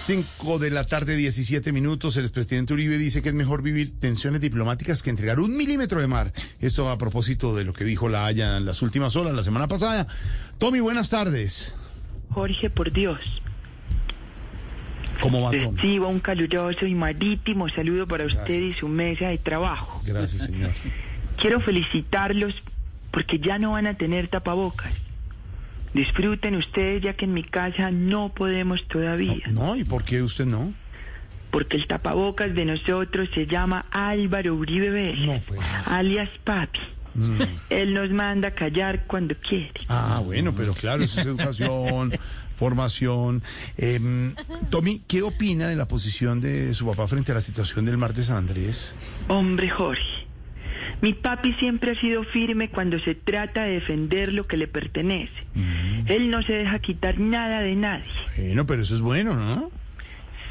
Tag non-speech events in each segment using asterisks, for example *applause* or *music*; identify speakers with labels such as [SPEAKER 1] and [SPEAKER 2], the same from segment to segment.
[SPEAKER 1] 5 de la tarde, 17 minutos. El expresidente Uribe dice que es mejor vivir tensiones diplomáticas que entregar un milímetro de mar. Esto a propósito de lo que dijo la Haya en las últimas horas, la semana pasada. Tommy, buenas tardes.
[SPEAKER 2] Jorge, por Dios.
[SPEAKER 1] ¿Cómo va, Tommy?
[SPEAKER 2] Recibo un caluroso y marítimo saludo para usted y su mesa de trabajo.
[SPEAKER 1] Gracias, señor.
[SPEAKER 2] Quiero felicitarlos porque ya no van a tener tapabocas. Disfruten ustedes ya que en mi casa no podemos todavía.
[SPEAKER 1] No, ¿y por qué usted no?
[SPEAKER 2] Porque el tapabocas de nosotros se llama Álvaro Uribe Vélez,
[SPEAKER 1] No, Mm. pues.
[SPEAKER 2] alias Papi. Él nos manda a callar cuando quiere.
[SPEAKER 1] Ah, bueno, pero claro, eso es educación, formación. Em, Tommy, ¿qué opina de la posición de su papá frente a la situación del mar de San Andrés?
[SPEAKER 2] Hombre Jorge, mi papi siempre ha sido firme cuando se trata de defender lo que le pertenece. Él no se deja quitar nada de nadie.
[SPEAKER 1] Bueno, pero eso es bueno, ¿no?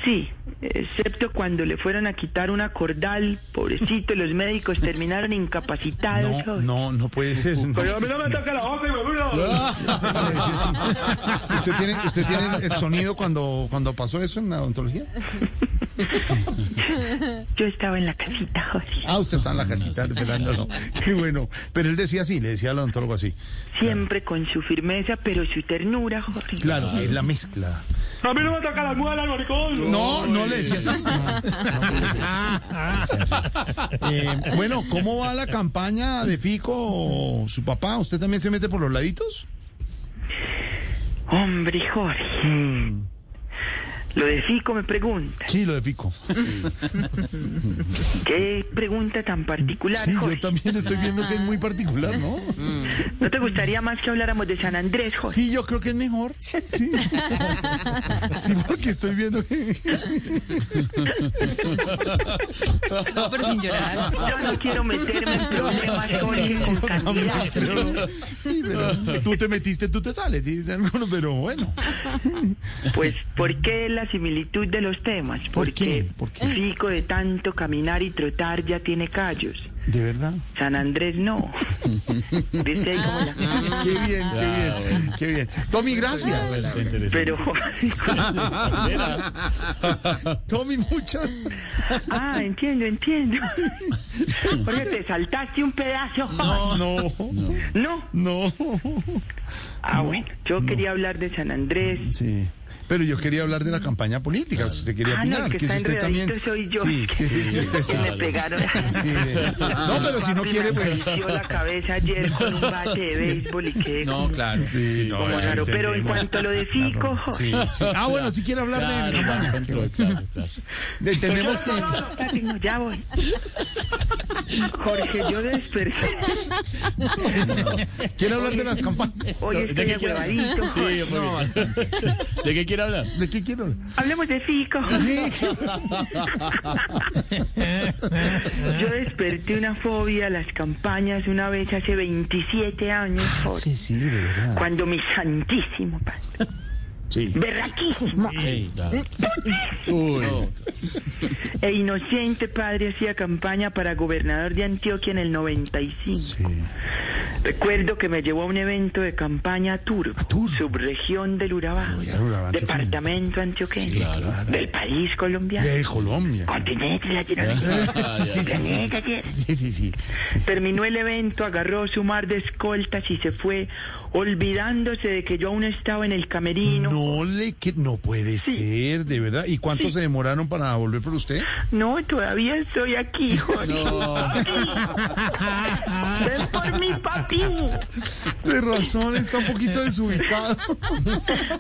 [SPEAKER 2] Sí, excepto cuando le fueron a quitar una cordal, pobrecito, los
[SPEAKER 1] *laughs*
[SPEAKER 2] médicos terminaron incapacitados.
[SPEAKER 1] No,
[SPEAKER 2] Jorge.
[SPEAKER 1] no, no puede ser. no.
[SPEAKER 3] Pero a mí no me toca la boca, hijo de puta.
[SPEAKER 1] *laughs* ¿Usted tiene, usted tiene el sonido cuando, cuando pasó eso en la odontología?
[SPEAKER 2] Yo estaba en la casita, Jorge.
[SPEAKER 1] Ah, usted está en la casita esperándolo. Qué bueno. Pero él decía así, le decía al odontólogo así.
[SPEAKER 2] Siempre con su firmeza, pero su ternura, Jorge.
[SPEAKER 1] Claro, es la mezcla.
[SPEAKER 3] A mí no me toca la muela, maricón.
[SPEAKER 1] No, no le decía así. No, no, le decía así. Eh, bueno, ¿cómo va la campaña de Fico, su papá? ¿Usted también se mete por los laditos?
[SPEAKER 2] Hombre, Jorge.
[SPEAKER 1] Mm.
[SPEAKER 2] Lo de Fico me pregunta.
[SPEAKER 1] Sí, lo de Fico.
[SPEAKER 2] ¿Qué pregunta tan particular,
[SPEAKER 1] Sí,
[SPEAKER 2] Jorge?
[SPEAKER 1] yo también estoy viendo que es muy particular, ¿no?
[SPEAKER 2] ¿No te gustaría más que habláramos de San Andrés, Jorge?
[SPEAKER 1] Sí, yo creo que es mejor. Sí.
[SPEAKER 2] *laughs*
[SPEAKER 1] Sí, porque estoy viendo que...
[SPEAKER 4] *laughs* No, pero sin llorar.
[SPEAKER 2] Yo no quiero meterme en problemas, Jorge,
[SPEAKER 1] *laughs*
[SPEAKER 2] con candidatos.
[SPEAKER 1] Pero- sí, pero tú te metiste, tú te sales, dicen algunos, pero bueno.
[SPEAKER 2] Pues, ¿por qué la similitud de los temas?
[SPEAKER 1] ¿Por
[SPEAKER 2] Porque
[SPEAKER 1] qué? ¿Por qué?
[SPEAKER 2] Fico de tanto caminar y trotar ya tiene callos.
[SPEAKER 1] De verdad.
[SPEAKER 2] San
[SPEAKER 1] *laughs*
[SPEAKER 2] Andrés no. Dice ahí como la-
[SPEAKER 1] Qué bien, qué bien, qué bien. Tommy, gracias.
[SPEAKER 2] Pero,
[SPEAKER 1] Tommy, muchas.
[SPEAKER 2] ah, entiendo, entiendo. Jorge, te saltaste un pedazo.
[SPEAKER 1] No,
[SPEAKER 2] No.
[SPEAKER 1] no.
[SPEAKER 2] Ah, bueno, yo quería hablar de San Andrés.
[SPEAKER 1] Sí. Pero yo quería hablar de la campaña política, si usted quería
[SPEAKER 2] Ah, no,
[SPEAKER 1] opinar.
[SPEAKER 2] el que está
[SPEAKER 1] si usted
[SPEAKER 2] enredadito soy yo.
[SPEAKER 1] Sí, sí, sí, sí, usted
[SPEAKER 2] Que me
[SPEAKER 1] sabe.
[SPEAKER 2] pegaron.
[SPEAKER 1] Sí, de- No, pero si no
[SPEAKER 2] Papi
[SPEAKER 1] quiere,
[SPEAKER 2] me
[SPEAKER 1] pues...
[SPEAKER 2] acarició la cabeza ayer con un
[SPEAKER 1] *laughs*
[SPEAKER 2] bate de béisbol y quedé
[SPEAKER 5] No,
[SPEAKER 2] como-
[SPEAKER 5] claro.
[SPEAKER 1] Sí, no,
[SPEAKER 2] como
[SPEAKER 1] ya
[SPEAKER 2] raro. Pero en
[SPEAKER 1] entendemos.
[SPEAKER 2] cuanto a lo de Fico, Jorge,
[SPEAKER 1] Sí,
[SPEAKER 2] *laughs*
[SPEAKER 1] sí. Ah, bueno, si quiere hablar de
[SPEAKER 5] Claro, claro,
[SPEAKER 1] campaña.
[SPEAKER 5] control, claro, claro.
[SPEAKER 1] Entendemos que...
[SPEAKER 2] Papi, no, ya voy. Jorge, yo desperté.
[SPEAKER 1] ¿Quiere hablar de las campañas?
[SPEAKER 2] Hoy
[SPEAKER 5] ¿De
[SPEAKER 2] estoy
[SPEAKER 5] qué quiere hablar?
[SPEAKER 2] agüevadito.
[SPEAKER 5] Sí,
[SPEAKER 1] pues.
[SPEAKER 2] Jorge.
[SPEAKER 5] no, bastante. ¿De qué quiere hablar?
[SPEAKER 1] ¿De qué quiero hablar?
[SPEAKER 2] Hablemos de Fico.
[SPEAKER 1] Sí.
[SPEAKER 2] Yo desperté una fobia a las campañas una vez hace 27 años, Jorge.
[SPEAKER 1] Sí, sí, de verdad.
[SPEAKER 2] Cuando mi santísimo padre,
[SPEAKER 1] Sí.
[SPEAKER 2] berraquísimo
[SPEAKER 5] Ey, claro. Uy. no.
[SPEAKER 2] e inocente padre hacía campaña para gobernador de Antioquia en el 95. Recuerdo que me llevó a un evento de campaña a Turo,
[SPEAKER 1] Turbo.
[SPEAKER 2] subregión del Urabá,
[SPEAKER 1] Uy, al Ah, Urabá, Antioquia.
[SPEAKER 2] departamento antioqueño,
[SPEAKER 1] claro.
[SPEAKER 2] del país colombiano,
[SPEAKER 1] De Colombia. *laughs*
[SPEAKER 2] continente latinoamericano,
[SPEAKER 1] Sí, sí, sí, sí.
[SPEAKER 2] planeta Tierra.
[SPEAKER 1] Sí, sí, sí.
[SPEAKER 2] Terminó el evento, agarró su mar de escoltas y se fue, olvidándose de que yo aún estaba en el camerino.
[SPEAKER 1] No le que no puede ser, de verdad. ¿Y cuánto se demoraron para volver por usted?
[SPEAKER 2] No, todavía estoy
[SPEAKER 1] *laughs*
[SPEAKER 2] aquí, Jorge. Ven por mi papi.
[SPEAKER 1] De razón, está un poquito desubicado.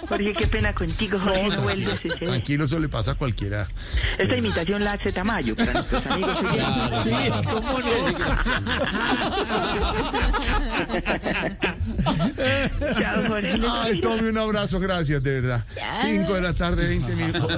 [SPEAKER 2] Jorge, qué pena contigo, Jorge, no vuelves ese día.
[SPEAKER 1] Tranquilo, eso le pasa a cualquiera.
[SPEAKER 2] Esta imitación la hace Tamayo para nuestros amigos oyentes.
[SPEAKER 5] Sí, ¿cómo no?
[SPEAKER 2] Chao, Jorge.
[SPEAKER 1] Ay, Tommy, un abrazo, gracias, de verdad. Cinco de la tarde, 20 minutos.